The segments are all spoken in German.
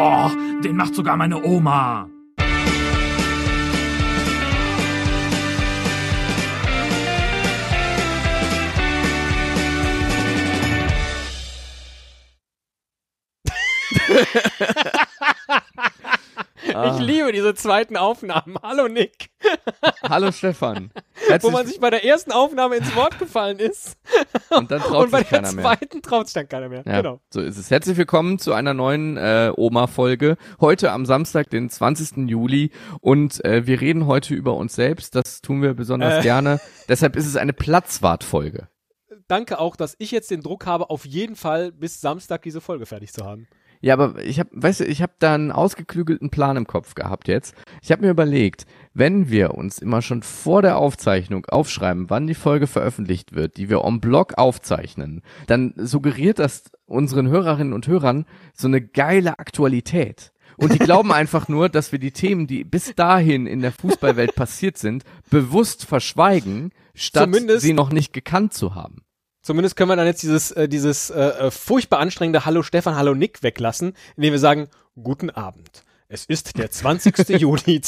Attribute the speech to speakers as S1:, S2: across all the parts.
S1: Oh, Den macht sogar meine Oma.
S2: Ah.
S3: Ich liebe diese zweiten Aufnahmen. Hallo Nick.
S2: Hallo Stefan.
S3: Wo
S2: Herzlich
S3: man sich bei der ersten Aufnahme ins Wort gefallen ist
S2: und dann traut
S3: und bei
S2: sich
S3: der
S2: keiner mehr.
S3: zweiten traut sich dann keiner mehr.
S2: Ja,
S3: Genau.
S2: So ist es. Herzlich willkommen zu einer neuen äh, Oma-Folge. Heute am Samstag, den 20. Juli. Und äh, wir reden heute über uns selbst. Das tun wir besonders
S3: Äh.
S2: gerne. Deshalb ist es eine Platzwart-Folge.
S3: Danke auch, dass ich jetzt den Druck habe, auf jeden Fall bis Samstag diese Folge fertig zu haben.
S2: Ja, aber ich habe, weißt du, ich habe da einen ausgeklügelten Plan im Kopf gehabt jetzt. Ich habe mir überlegt, wenn wir uns immer schon vor der Aufzeichnung aufschreiben, wann die Folge veröffentlicht wird, die wir en bloc aufzeichnen, dann suggeriert das unseren Hörerinnen und Hörern so eine geile Aktualität. Und die glauben einfach nur, dass wir die Themen, die bis dahin in der Fußballwelt passiert sind, bewusst verschweigen, statt
S3: Zumindest-
S2: sie noch nicht gekannt zu haben.
S3: Zumindest können wir dann jetzt dieses, äh, dieses äh, äh, furchtbar anstrengende Hallo Stefan, Hallo Nick weglassen, indem wir sagen, guten Abend. Es ist der 20. Juli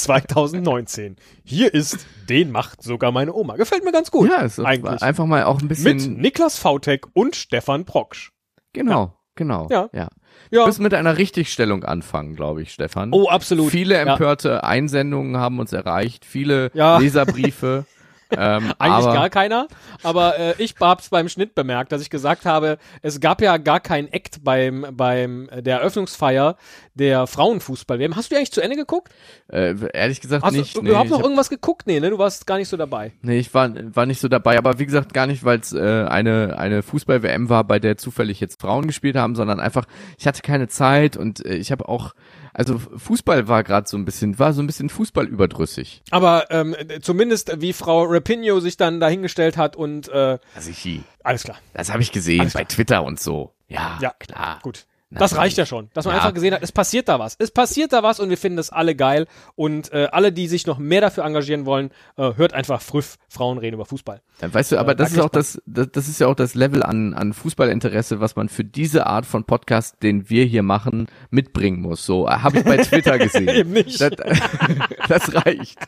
S3: 2019. Hier ist, den macht sogar meine Oma. Gefällt mir ganz gut.
S2: Ja, es ist
S3: Eigentlich.
S2: einfach mal auch
S3: Mit
S2: ein bisschen
S3: Niklas Vautek und Stefan Proksch.
S2: Genau, genau.
S3: Ja.
S2: ja.
S3: Ja.
S2: Du bist mit einer Richtigstellung anfangen, glaube ich, Stefan.
S3: Oh, absolut.
S2: Viele
S3: Ja.
S2: empörte Einsendungen haben uns erreicht, viele
S3: Ja.
S2: Leserbriefe. ähm,
S3: Eigentlich
S2: aber,
S3: gar keiner. Aber äh, ich hab's beim Schnitt bemerkt, dass ich gesagt habe, es gab ja gar keinen Act beim, beim äh, der Eröffnungsfeier der Frauenfußball-WM. Hast du die eigentlich zu Ende geguckt?
S2: äh, ehrlich gesagt
S3: Hast
S2: nicht.
S3: du
S2: nee,
S3: überhaupt noch
S2: ich, hab,
S3: irgendwas geguckt? Nee, ne? Du warst gar nicht so dabei.
S2: nee, ich war, war nicht so dabei, aber wie gesagt, gar nicht, weil es äh, eine, eine Fußball-WM war, bei der zufällig jetzt Frauen gespielt haben, sondern einfach, ich hatte keine Zeit und äh, ich habe auch, also Fußball war gerade so ein bisschen, war so ein bisschen Fußball überdrüssig.
S3: Aber ähm, d- zumindest wie Frau Rapinoe sich dann dahingestellt hat und äh,
S2: Also ich, Also
S3: alles klar.
S2: das habe ich gesehen
S3: Alles
S2: bei
S3: klar.
S2: Twitter und so. Ja,
S3: Ja.
S2: Ah, klar.
S3: Gut. Das
S2: Natürlich.
S3: reicht ja schon, dass man
S2: Ja.
S3: einfach gesehen hat, es passiert da was. Es passiert da was und wir finden das alle geil. Und äh, alle, die sich noch mehr dafür engagieren wollen, äh, hört einfach Früff, Frauen reden über Fußball.
S2: Ja, Weißt du, aber
S3: Äh,
S2: das
S3: da
S2: ist
S3: kriegt
S2: auch das, das, das ist ja auch das Level an, an Fußballinteresse, was man für diese Art von Podcast, den wir hier machen, mitbringen muss. So äh, habe ich bei Twitter gesehen.
S3: Eben nicht.
S2: Das, das reicht.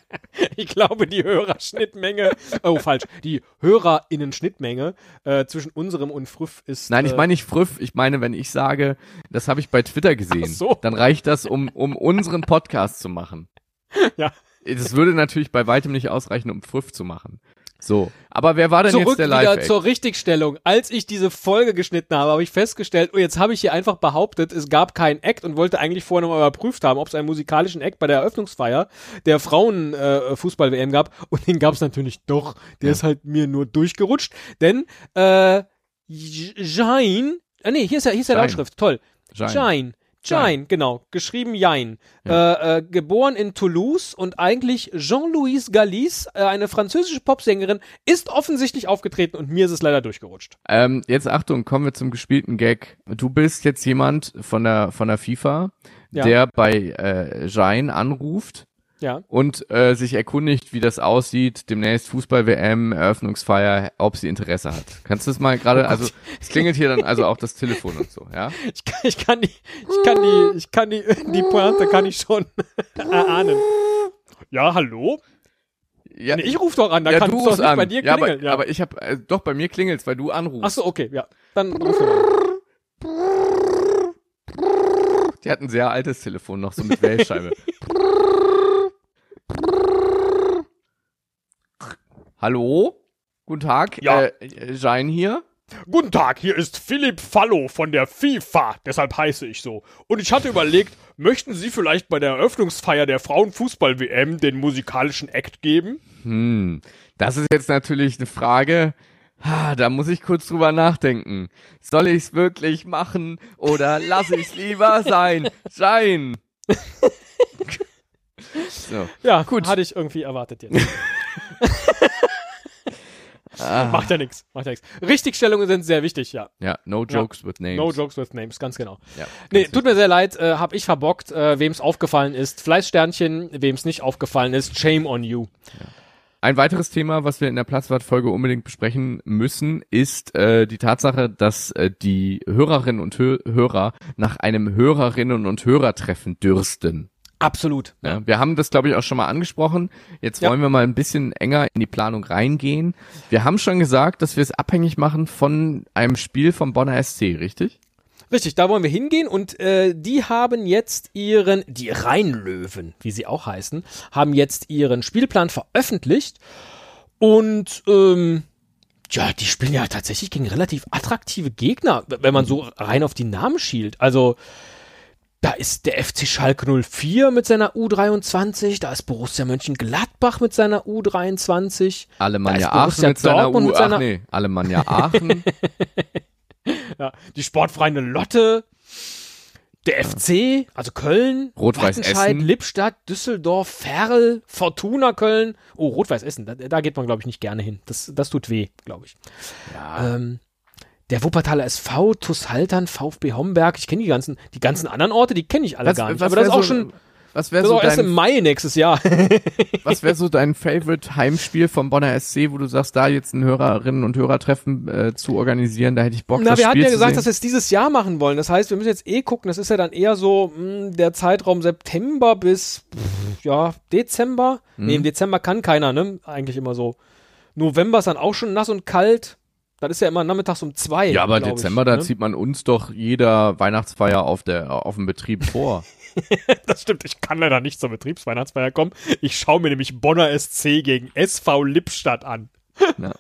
S3: Ich glaube, die Hörerschnittmenge, oh falsch, die Hörerinnen-Schnittmenge äh, zwischen unserem und Früff ist.
S2: Nein, ich
S3: äh,
S2: meine nicht früff. Ich meine, wenn ich sage, das habe ich bei Twitter gesehen,
S3: Ach so.
S2: dann reicht das, um, um unseren Podcast zu machen.
S3: Ja.
S2: Das würde natürlich bei weitem nicht ausreichen, um früff zu machen. So. Aber wer war denn
S3: Zurück
S2: jetzt der
S3: wieder
S2: Live?
S3: zur Richtigstellung. Als ich diese Folge geschnitten habe, habe ich festgestellt, oh, jetzt habe ich hier einfach behauptet, es gab keinen Act und wollte eigentlich vorher nochmal überprüft haben, ob es einen musikalischen Act bei der Eröffnungsfeier der Frauen-Fußball-WM gab. Und den gab es natürlich doch. Der ist halt mir nur durchgerutscht. Denn, äh, Jein, ah nee, hier ist ja, hier ist ja
S2: Jein.
S3: Lautschrift, toll. Jain. Jain, genau. Geschrieben Jain. Äh, äh, geboren in Toulouse und eigentlich Jean-Louis Galis, äh, eine französische Popsängerin, ist offensichtlich aufgetreten und mir ist es leider durchgerutscht.
S2: Ähm, jetzt Achtung, kommen wir zum gespielten Gag. Du bist jetzt jemand von der von der FIFA,
S3: Ja.
S2: der bei äh, Jain anruft
S3: Ja.
S2: und äh, sich erkundigt, wie das aussieht, demnächst Fußball-WM, Eröffnungsfeier, ob sie Interesse hat. Kannst du das mal
S3: Oh
S2: gerade, also es klingelt hier dann also auch das Telefon und so, ja?
S3: Ich kann, ich kann die, ich kann die, ich kann die, die Pointe kann ich schon erahnen. Ja, hallo?
S2: Ja,
S3: Nee, ich ruf doch an, da kann es doch
S2: rufst
S3: nicht bei dir
S2: ja,
S3: klingeln.
S2: aber, aber ich habe äh, doch bei mir klingelt's, weil du anrufst.
S3: Ach so, okay, ja. Dann ruf doch an.
S2: Die hat ein sehr altes Telefon noch, so mit Wählscheibe. Hallo? Guten Tag,
S4: Ja.
S2: äh, Jean hier.
S4: Guten Tag, hier ist Philipp Fallo von der FIFA, deshalb heiße ich so. Und ich hatte überlegt, möchten Sie vielleicht bei der Eröffnungsfeier der Frauenfußball-WM den musikalischen Act geben?
S2: Hm, das ist jetzt natürlich eine Frage. Ha, da muss ich kurz drüber nachdenken. Soll ich's wirklich machen oder lasse ich's lieber sein? Jean. so.
S3: Ja,
S2: Gut.
S3: gut. Hatte ich irgendwie erwartet jetzt. Macht ja nichts, macht ja nichts. Richtigstellungen sind sehr wichtig, ja.
S2: Ah, Ja, no jokes with names.
S3: No jokes with names, ganz genau.
S2: Ja,
S3: Nee,
S2: ganz
S3: tut mir sehr leid, äh, hab ich verbockt. Äh, wem es aufgefallen ist, Fleißsternchen, wem es nicht aufgefallen ist, shame on you.
S2: Ein weiteres Thema, was wir in der Platzwart-Folge unbedingt besprechen müssen, ist äh, die Tatsache, dass äh, die Hörerinnen und Hö Hörer nach einem Hörerinnen und Hörertreffen dürsten.
S3: Absolut.
S2: Ja, wir haben das, glaube ich, auch schon mal angesprochen. Jetzt
S3: Ja.
S2: wollen wir mal ein bisschen enger in die Planung reingehen. Wir haben schon gesagt, dass wir es abhängig machen von einem Spiel vom Bonner SC, richtig?
S3: Richtig, da wollen wir hingehen und äh, die haben jetzt ihren, die Rheinlöwen, wie sie auch heißen, haben jetzt ihren Spielplan veröffentlicht und ähm, ja, die spielen ja tatsächlich gegen relativ attraktive Gegner, w- wenn man so rein auf die Namen schielt. Also da ist der FC Schalke 04 mit seiner U23, da ist Borussia Mönchengladbach mit seiner U23. Da
S2: Alemannia
S3: ist Borussia
S2: Aachen mit seiner
S3: Dortmund
S2: U.
S3: mit seiner-
S2: Ach nee, Alemannia Aachen.
S3: Ja, die Sportfreunde Lotte, der FC, also Köln,
S2: Rot-Weiß
S3: Wattenscheid,
S2: Essen.
S3: Lippstadt, Düsseldorf, Ferl, Fortuna Köln. Oh, Rot-Weiß Essen, da, da geht man, glaube ich, nicht gerne hin. Das, das tut weh, glaube ich. Ähm, der Wuppertaler SV, TuS Haltern, VfB Homberg, ich kenne die ganzen, die ganzen anderen Orte, die kenne ich alle gar nicht. Aber das ist
S2: wär
S3: auch
S2: so-
S3: schon,
S2: Was wäre
S3: das ist
S2: so,
S3: auch erst im
S2: dein-
S3: Mai nächstes Jahr.
S2: was wär so dein Favorite Heimspiel vom Bonner SC, wo du sagst, da jetzt ein Hörerinnen und Hörertreffen äh, zu organisieren, da hätte ich Bock
S3: Na,
S2: das
S3: wir hatten
S2: Spiel
S3: ja
S2: zu
S3: gesagt,
S2: sehen.
S3: dass wir es dieses Jahr machen wollen. Das heißt, wir müssen jetzt eh gucken. Das ist ja dann eher so mh, der Zeitraum September bis pff, ja Dezember. Nee,
S2: Mhm.
S3: im Dezember kann keiner, ne? Eigentlich immer so. November ist dann auch schon nass und kalt. Das ist ja immer nachmittags um zwei.
S2: Ja, aber
S3: glaub
S2: Dezember,
S3: ich,
S2: da
S3: ne?
S2: zieht man uns doch jeder Weihnachtsfeier auf, der, auf dem Betrieb vor.
S4: Das stimmt, ich kann leider nicht zur Betriebsweihnachtsfeier kommen. Ich schaue mir nämlich Bonner SC gegen SV Lippstadt an.
S2: ne?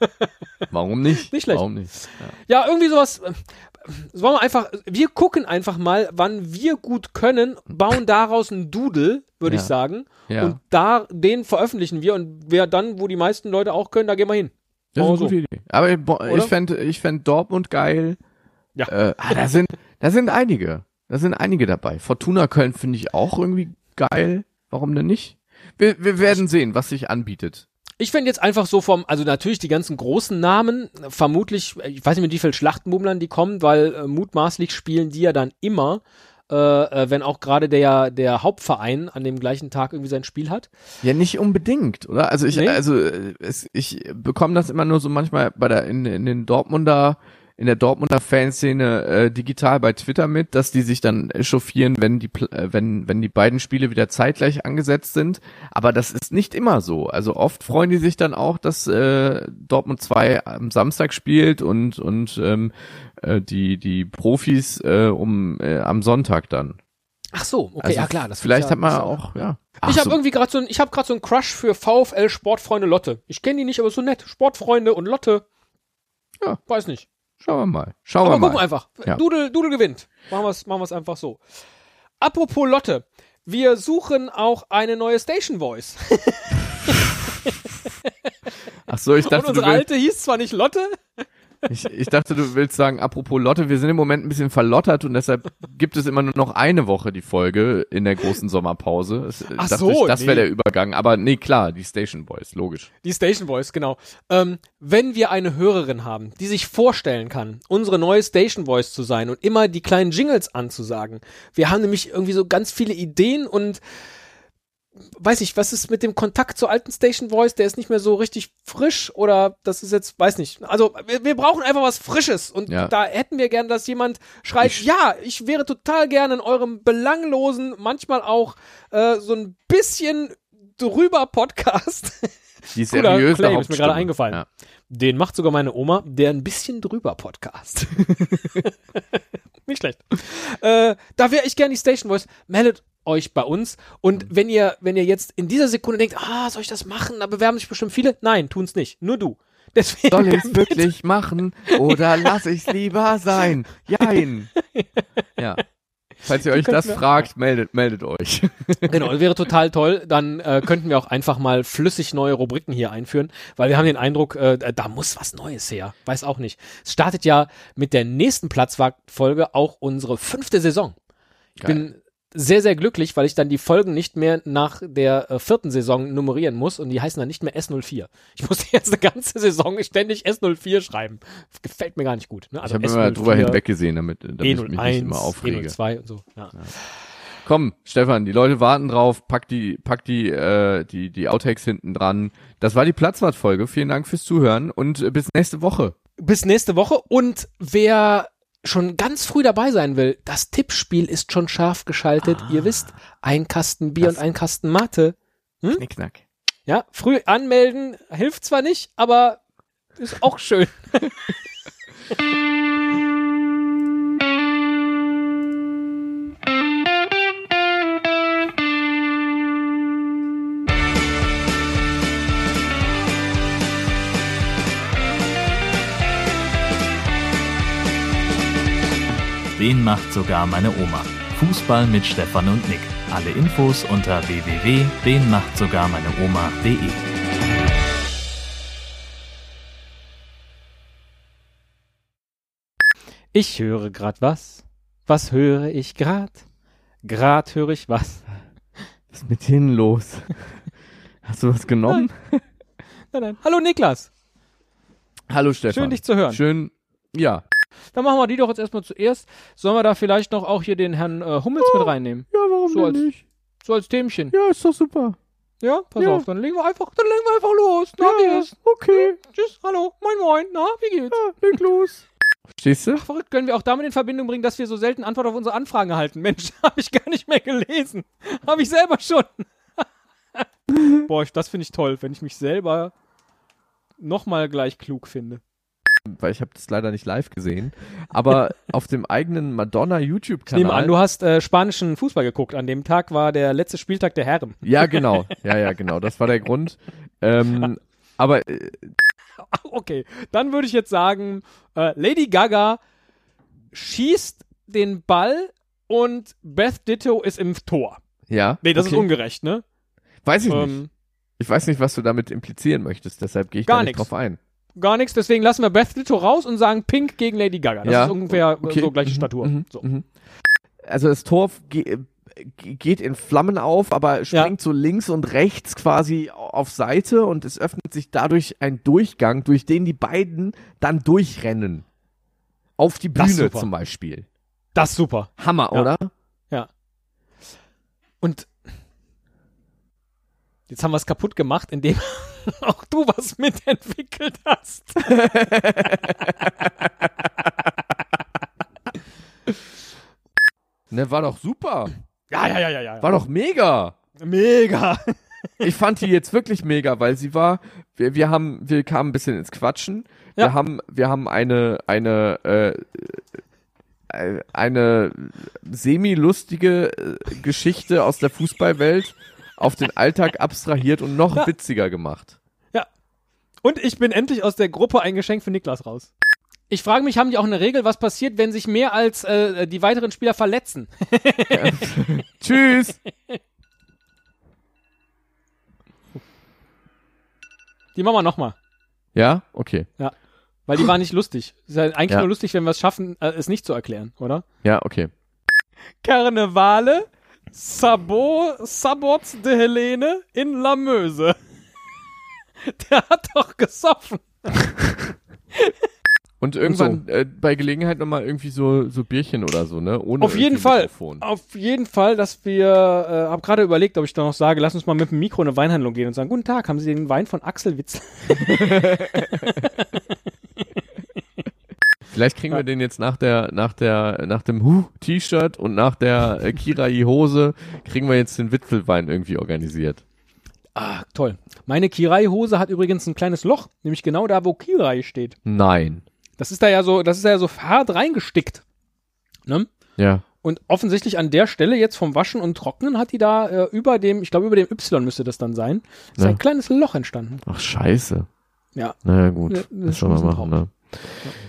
S2: Warum nicht?
S3: Nicht schlecht.
S2: Warum nicht?
S3: Ja, irgendwie sowas. äh, Sollen wir einfach, wir gucken einfach mal, wann wir gut können, bauen daraus einen Doodle, würde
S2: Ja.
S3: ich sagen.
S2: Ja.
S3: Und da, den veröffentlichen wir und wer dann, wo die meisten Leute auch können, da gehen wir hin.
S2: Das
S3: Oh,
S2: ist eine
S3: so.
S2: gute Idee. Aber bo- ich
S3: Oder?
S2: fände ich fänd Dortmund geil.
S4: Ja.
S2: Äh, ah, da sind, da sind einige. Da sind einige dabei. Fortuna Köln finde ich auch irgendwie geil. Warum denn nicht? Wir, wir werden sehen, was sich anbietet.
S3: Ich fände jetzt einfach so vom, also natürlich die ganzen großen Namen, vermutlich, ich weiß nicht, mit wie viel Schlachtenbummlern die kommen, weil äh, mutmaßlich spielen die ja dann immer, äh, äh, wenn auch gerade der, der Hauptverein an dem gleichen Tag irgendwie sein Spiel hat.
S2: Ja, nicht unbedingt, oder? Also ich,
S3: Nee.
S2: also äh, es, ich bekomme das immer nur so manchmal bei der in, in den Dortmunder, in der Dortmunder Fanszene äh, digital bei Twitter mit, dass die sich dann chauffieren, wenn die Pl- äh, wenn wenn die beiden Spiele wieder zeitgleich angesetzt sind. Aber das ist nicht immer so. Also oft freuen die sich dann auch, dass äh, Dortmund 2 am Samstag spielt und und ähm, äh, die die Profis äh, um äh, am Sonntag dann.
S3: Ach so, okay,
S2: Also
S3: ja klar. Das
S2: vielleicht
S3: ist ja,
S2: hat man
S3: ist ja-
S2: auch ja.
S3: Ich
S2: Ach
S3: habe irgendwie gerade so ein, ich habe gerade so einen Crush für VfL Sportfreunde Lotte. Ich kenne die nicht, aber so nett. Sportfreunde und Lotte.
S2: Ja.
S3: Weiß nicht.
S2: Schauen wir mal. Schauen
S3: Aber
S2: wir mal.
S3: gucken wir einfach.
S2: Ja.
S3: Dudel, Dudel gewinnt. Machen wir es machen wir's einfach so. Apropos Lotte. Wir suchen auch eine neue Station Voice.
S2: Ach so, ich
S3: Und
S2: dachte, du
S3: unsere
S2: willst,
S3: alte hieß zwar nicht Lotte.
S2: ich, ich dachte, du willst sagen, apropos Lotte, wir sind im Moment ein bisschen verlottert und deshalb gibt es immer nur noch eine Woche die Folge in der großen Sommerpause. Es-
S3: Ach
S2: dachte
S3: so,
S2: ich, das wäre
S3: nee.
S2: der Übergang. Aber nee, klar, die Station Boys, logisch.
S3: Die Station Voice, genau. Ähm, wenn wir eine Hörerin haben, die sich vorstellen kann, unsere neue Station Voice zu sein und immer die kleinen Jingles anzusagen. Wir haben nämlich irgendwie so ganz viele Ideen und weiß ich, was ist mit dem Kontakt zur alten Station Voice? Der ist nicht mehr so richtig frisch oder das ist jetzt, weiß nicht. Also wir, wir brauchen einfach was Frisches und
S2: Ja.
S3: da hätten wir gern, dass jemand schreit,
S2: Ich-
S3: ja, ich wäre total gerne in eurem belanglosen, manchmal auch äh, so ein bisschen drüber Podcast.
S2: Die
S3: Cooler Claim,
S2: seriöse
S3: ist mir gerade
S2: Hauptstimme.
S3: eingefallen.
S2: Ja.
S3: Den macht sogar meine Oma, der ein bisschen drüber Podcast. Nicht schlecht. Äh, da wäre ich gerne die Station Voice. Meldet euch bei uns. Und wenn ihr, wenn ihr jetzt in dieser Sekunde denkt, ah, soll ich das machen? Da bewerben sich bestimmt viele. Nein, tun's nicht. Nur du. Deswegen
S2: Soll ich es wirklich machen oder lass ich es lieber sein? Jein. Ja. Falls ihr euch das fragt, meldet, meldet euch.
S3: Genau, das wäre total toll. Dann äh, könnten wir auch einfach mal flüssig neue Rubriken hier einführen, weil wir haben den Eindruck, äh, da- da muss was Neues her. Weiß auch nicht. Es startet ja mit der nächsten Platzwart-Folge auch unsere fünfte Saison. Ich
S2: Geil.
S3: bin sehr, sehr glücklich, weil ich dann die Folgen nicht mehr nach der äh, vierten Saison nummerieren muss und die heißen dann nicht mehr S04. Ich muss jetzt eine ganze Saison ständig S04 schreiben. Gefällt mir gar nicht gut. Ne? E
S2: ich habe immer drüber hinweggesehen, damit, damit ich mich nicht
S3: E01,
S2: immer aufrege.
S3: E02 und so. Ja.
S2: komm, Stefan, die Leute warten drauf, pack die, pack die, äh, die, die Outtakes hinten dran. Das war die Platzwartfolge. Vielen Dank fürs Zuhören und äh, bis nächste Woche.
S3: bis nächste Woche. Und wer schon ganz früh dabei sein will, das Tippspiel ist schon scharf geschaltet. Ihr wisst, ein Kasten Bier
S2: Ah. Das-
S3: und ein Kasten Mate.
S2: Hm? Knickknack.
S3: Ja, früh anmelden hilft zwar nicht, aber ist auch schön.
S5: Den macht sogar meine Oma. Fußball mit Stefan und Nick. Alle Infos unter www.denmachtsogarmeineoma.de.
S3: Ich höre grad was. Was höre ich grad? Grad höre ich was.
S2: Was ist mit denen los? Hast du was genommen?
S3: Nein, nein. Hallo Niklas,
S2: Hallo Stefan.
S3: schön dich zu hören.
S2: Schön. Ja.
S3: Dann machen wir die doch jetzt erstmal zuerst. Sollen wir da vielleicht noch auch hier den Herrn äh, Hummels mit reinnehmen?
S2: Ja, warum
S3: So als-
S2: nicht?
S3: So als Themchen.
S2: Ja, ist doch super.
S3: Ja, pass
S2: Ja.
S3: auf, dann legen wir einfach, dann legen wir einfach los. Na, wie ist?
S2: okay.
S3: Tschüss, hallo, moin moin, na, wie geht's?
S2: Ja, leg los. Stehst du?
S3: Verrückt, können wir auch damit in Verbindung bringen, dass wir so selten Antwort auf unsere Anfragen erhalten. Mensch, habe ich gar nicht mehr gelesen. Habe ich selber schon. Boah, ich, das finde ich toll, wenn ich mich selber nochmal gleich klug finde.
S2: Weil ich habe das leider nicht live gesehen. Aber auf dem eigenen Madonna
S3: Ich nehme an,
S2: YouTube-Kanal.
S3: du hast äh, spanischen Fußball geguckt. An dem Tag war der letzte Spieltag der Herren.
S2: Ja, genau. Ja, ja, genau. Das war der Grund. Ähm, aber äh,
S3: Ah, Okay, dann würde ich jetzt sagen, äh, Lady Gaga schießt den Ball und Beth Ditto ist im Tor.
S2: ja.
S3: Nee, das
S2: okay.
S3: ist ungerecht, ne?
S2: Weiß ich nicht.
S3: Ähm,
S2: Ich weiß nicht, was du damit implizieren möchtest. Deshalb gehe ich
S3: Gar
S2: da nicht
S3: nix.
S2: drauf ein.
S3: gar nichts, deswegen lassen wir Beth Ditto raus und sagen Pink gegen Lady Gaga. Das
S2: Ja,
S3: ist ungefähr äh,
S2: okay.
S3: so gleiche
S2: Mhm,
S3: Statur.
S2: mhm,
S3: so.
S2: mhm. Also das Tor ge äh, ge- geht in Flammen auf, aber springt so links und rechts quasi au- auf Seite und es öffnet sich dadurch ein Durchgang, durch den die beiden dann durchrennen. Auf die
S3: Das ist
S2: Bühne
S3: super.
S2: zum Beispiel.
S3: Das ist super.
S2: Hammer,
S3: Ja.
S2: oder?
S3: Und jetzt haben wir es kaputt gemacht, indem auch du was mitentwickelt hast.
S2: Ne, war doch super.
S3: Ja, ja, ja, ja, ja.
S2: War doch mega.
S3: Mega.
S2: ich fand die jetzt wirklich mega, weil sie war, wir, wir haben, wir kamen ein bisschen ins Quatschen. Wir
S3: Ja.
S2: haben, wir haben eine, eine, äh, äh, eine semi-lustige äh, Geschichte aus der Fußballwelt auf den Alltag abstrahiert und noch
S3: Ja.
S2: witziger gemacht.
S3: Und ich bin endlich aus der Gruppe ein Geschenk für Niklas raus. Ich frage mich, haben die auch eine Regel, was passiert, wenn sich mehr als äh, die weiteren Spieler verletzen?
S2: Tschüss!
S3: Die machen wir nochmal,
S2: Ja, okay.
S3: weil die war nicht lustig. Ist ja eigentlich
S2: Ja.
S3: nur lustig, wenn wir es schaffen, äh, es nicht zu erklären, oder?
S2: Ja, okay.
S3: Karnevale, Sabot, Sabots de Helene in La Meuse. Der hat doch gesoffen.
S2: Und irgendwann äh, bei Gelegenheit nochmal irgendwie so, so Bierchen oder so, ne? Ohne
S3: Auf jeden
S2: irgendwie
S3: Fall.
S2: Mikrofon.
S3: Auf jeden Fall, dass wir, äh, hab gerade überlegt, ob ich da noch sage, lass uns mal mit dem Mikro in eine Weinhandlung gehen und sagen, guten Tag, haben Sie den Wein von Axel Witzel?
S2: Vielleicht kriegen wir den jetzt nach der, nach der, nach dem Huh T-Shirt und nach der äh, Kirai Hose kriegen wir jetzt den Witzelwein irgendwie organisiert.
S3: Ah, toll. Meine Kirai-Hose hat übrigens ein kleines Loch, nämlich genau da, wo Kirai steht.
S2: Nein.
S3: Das ist da ja so, das ist da ja so hart reingestickt. Ne?
S2: Ja.
S3: Und offensichtlich an der Stelle jetzt vom Waschen und Trocknen hat die da äh, über dem, ich glaube über dem Y müsste das dann sein, ist
S2: Ja.
S3: ein kleines Loch entstanden.
S2: Ach, scheiße.
S3: Ja.
S2: Naja, gut.
S3: Ja, das
S2: das
S3: ist
S2: schon mal
S3: ein bisschen
S2: machen, ne?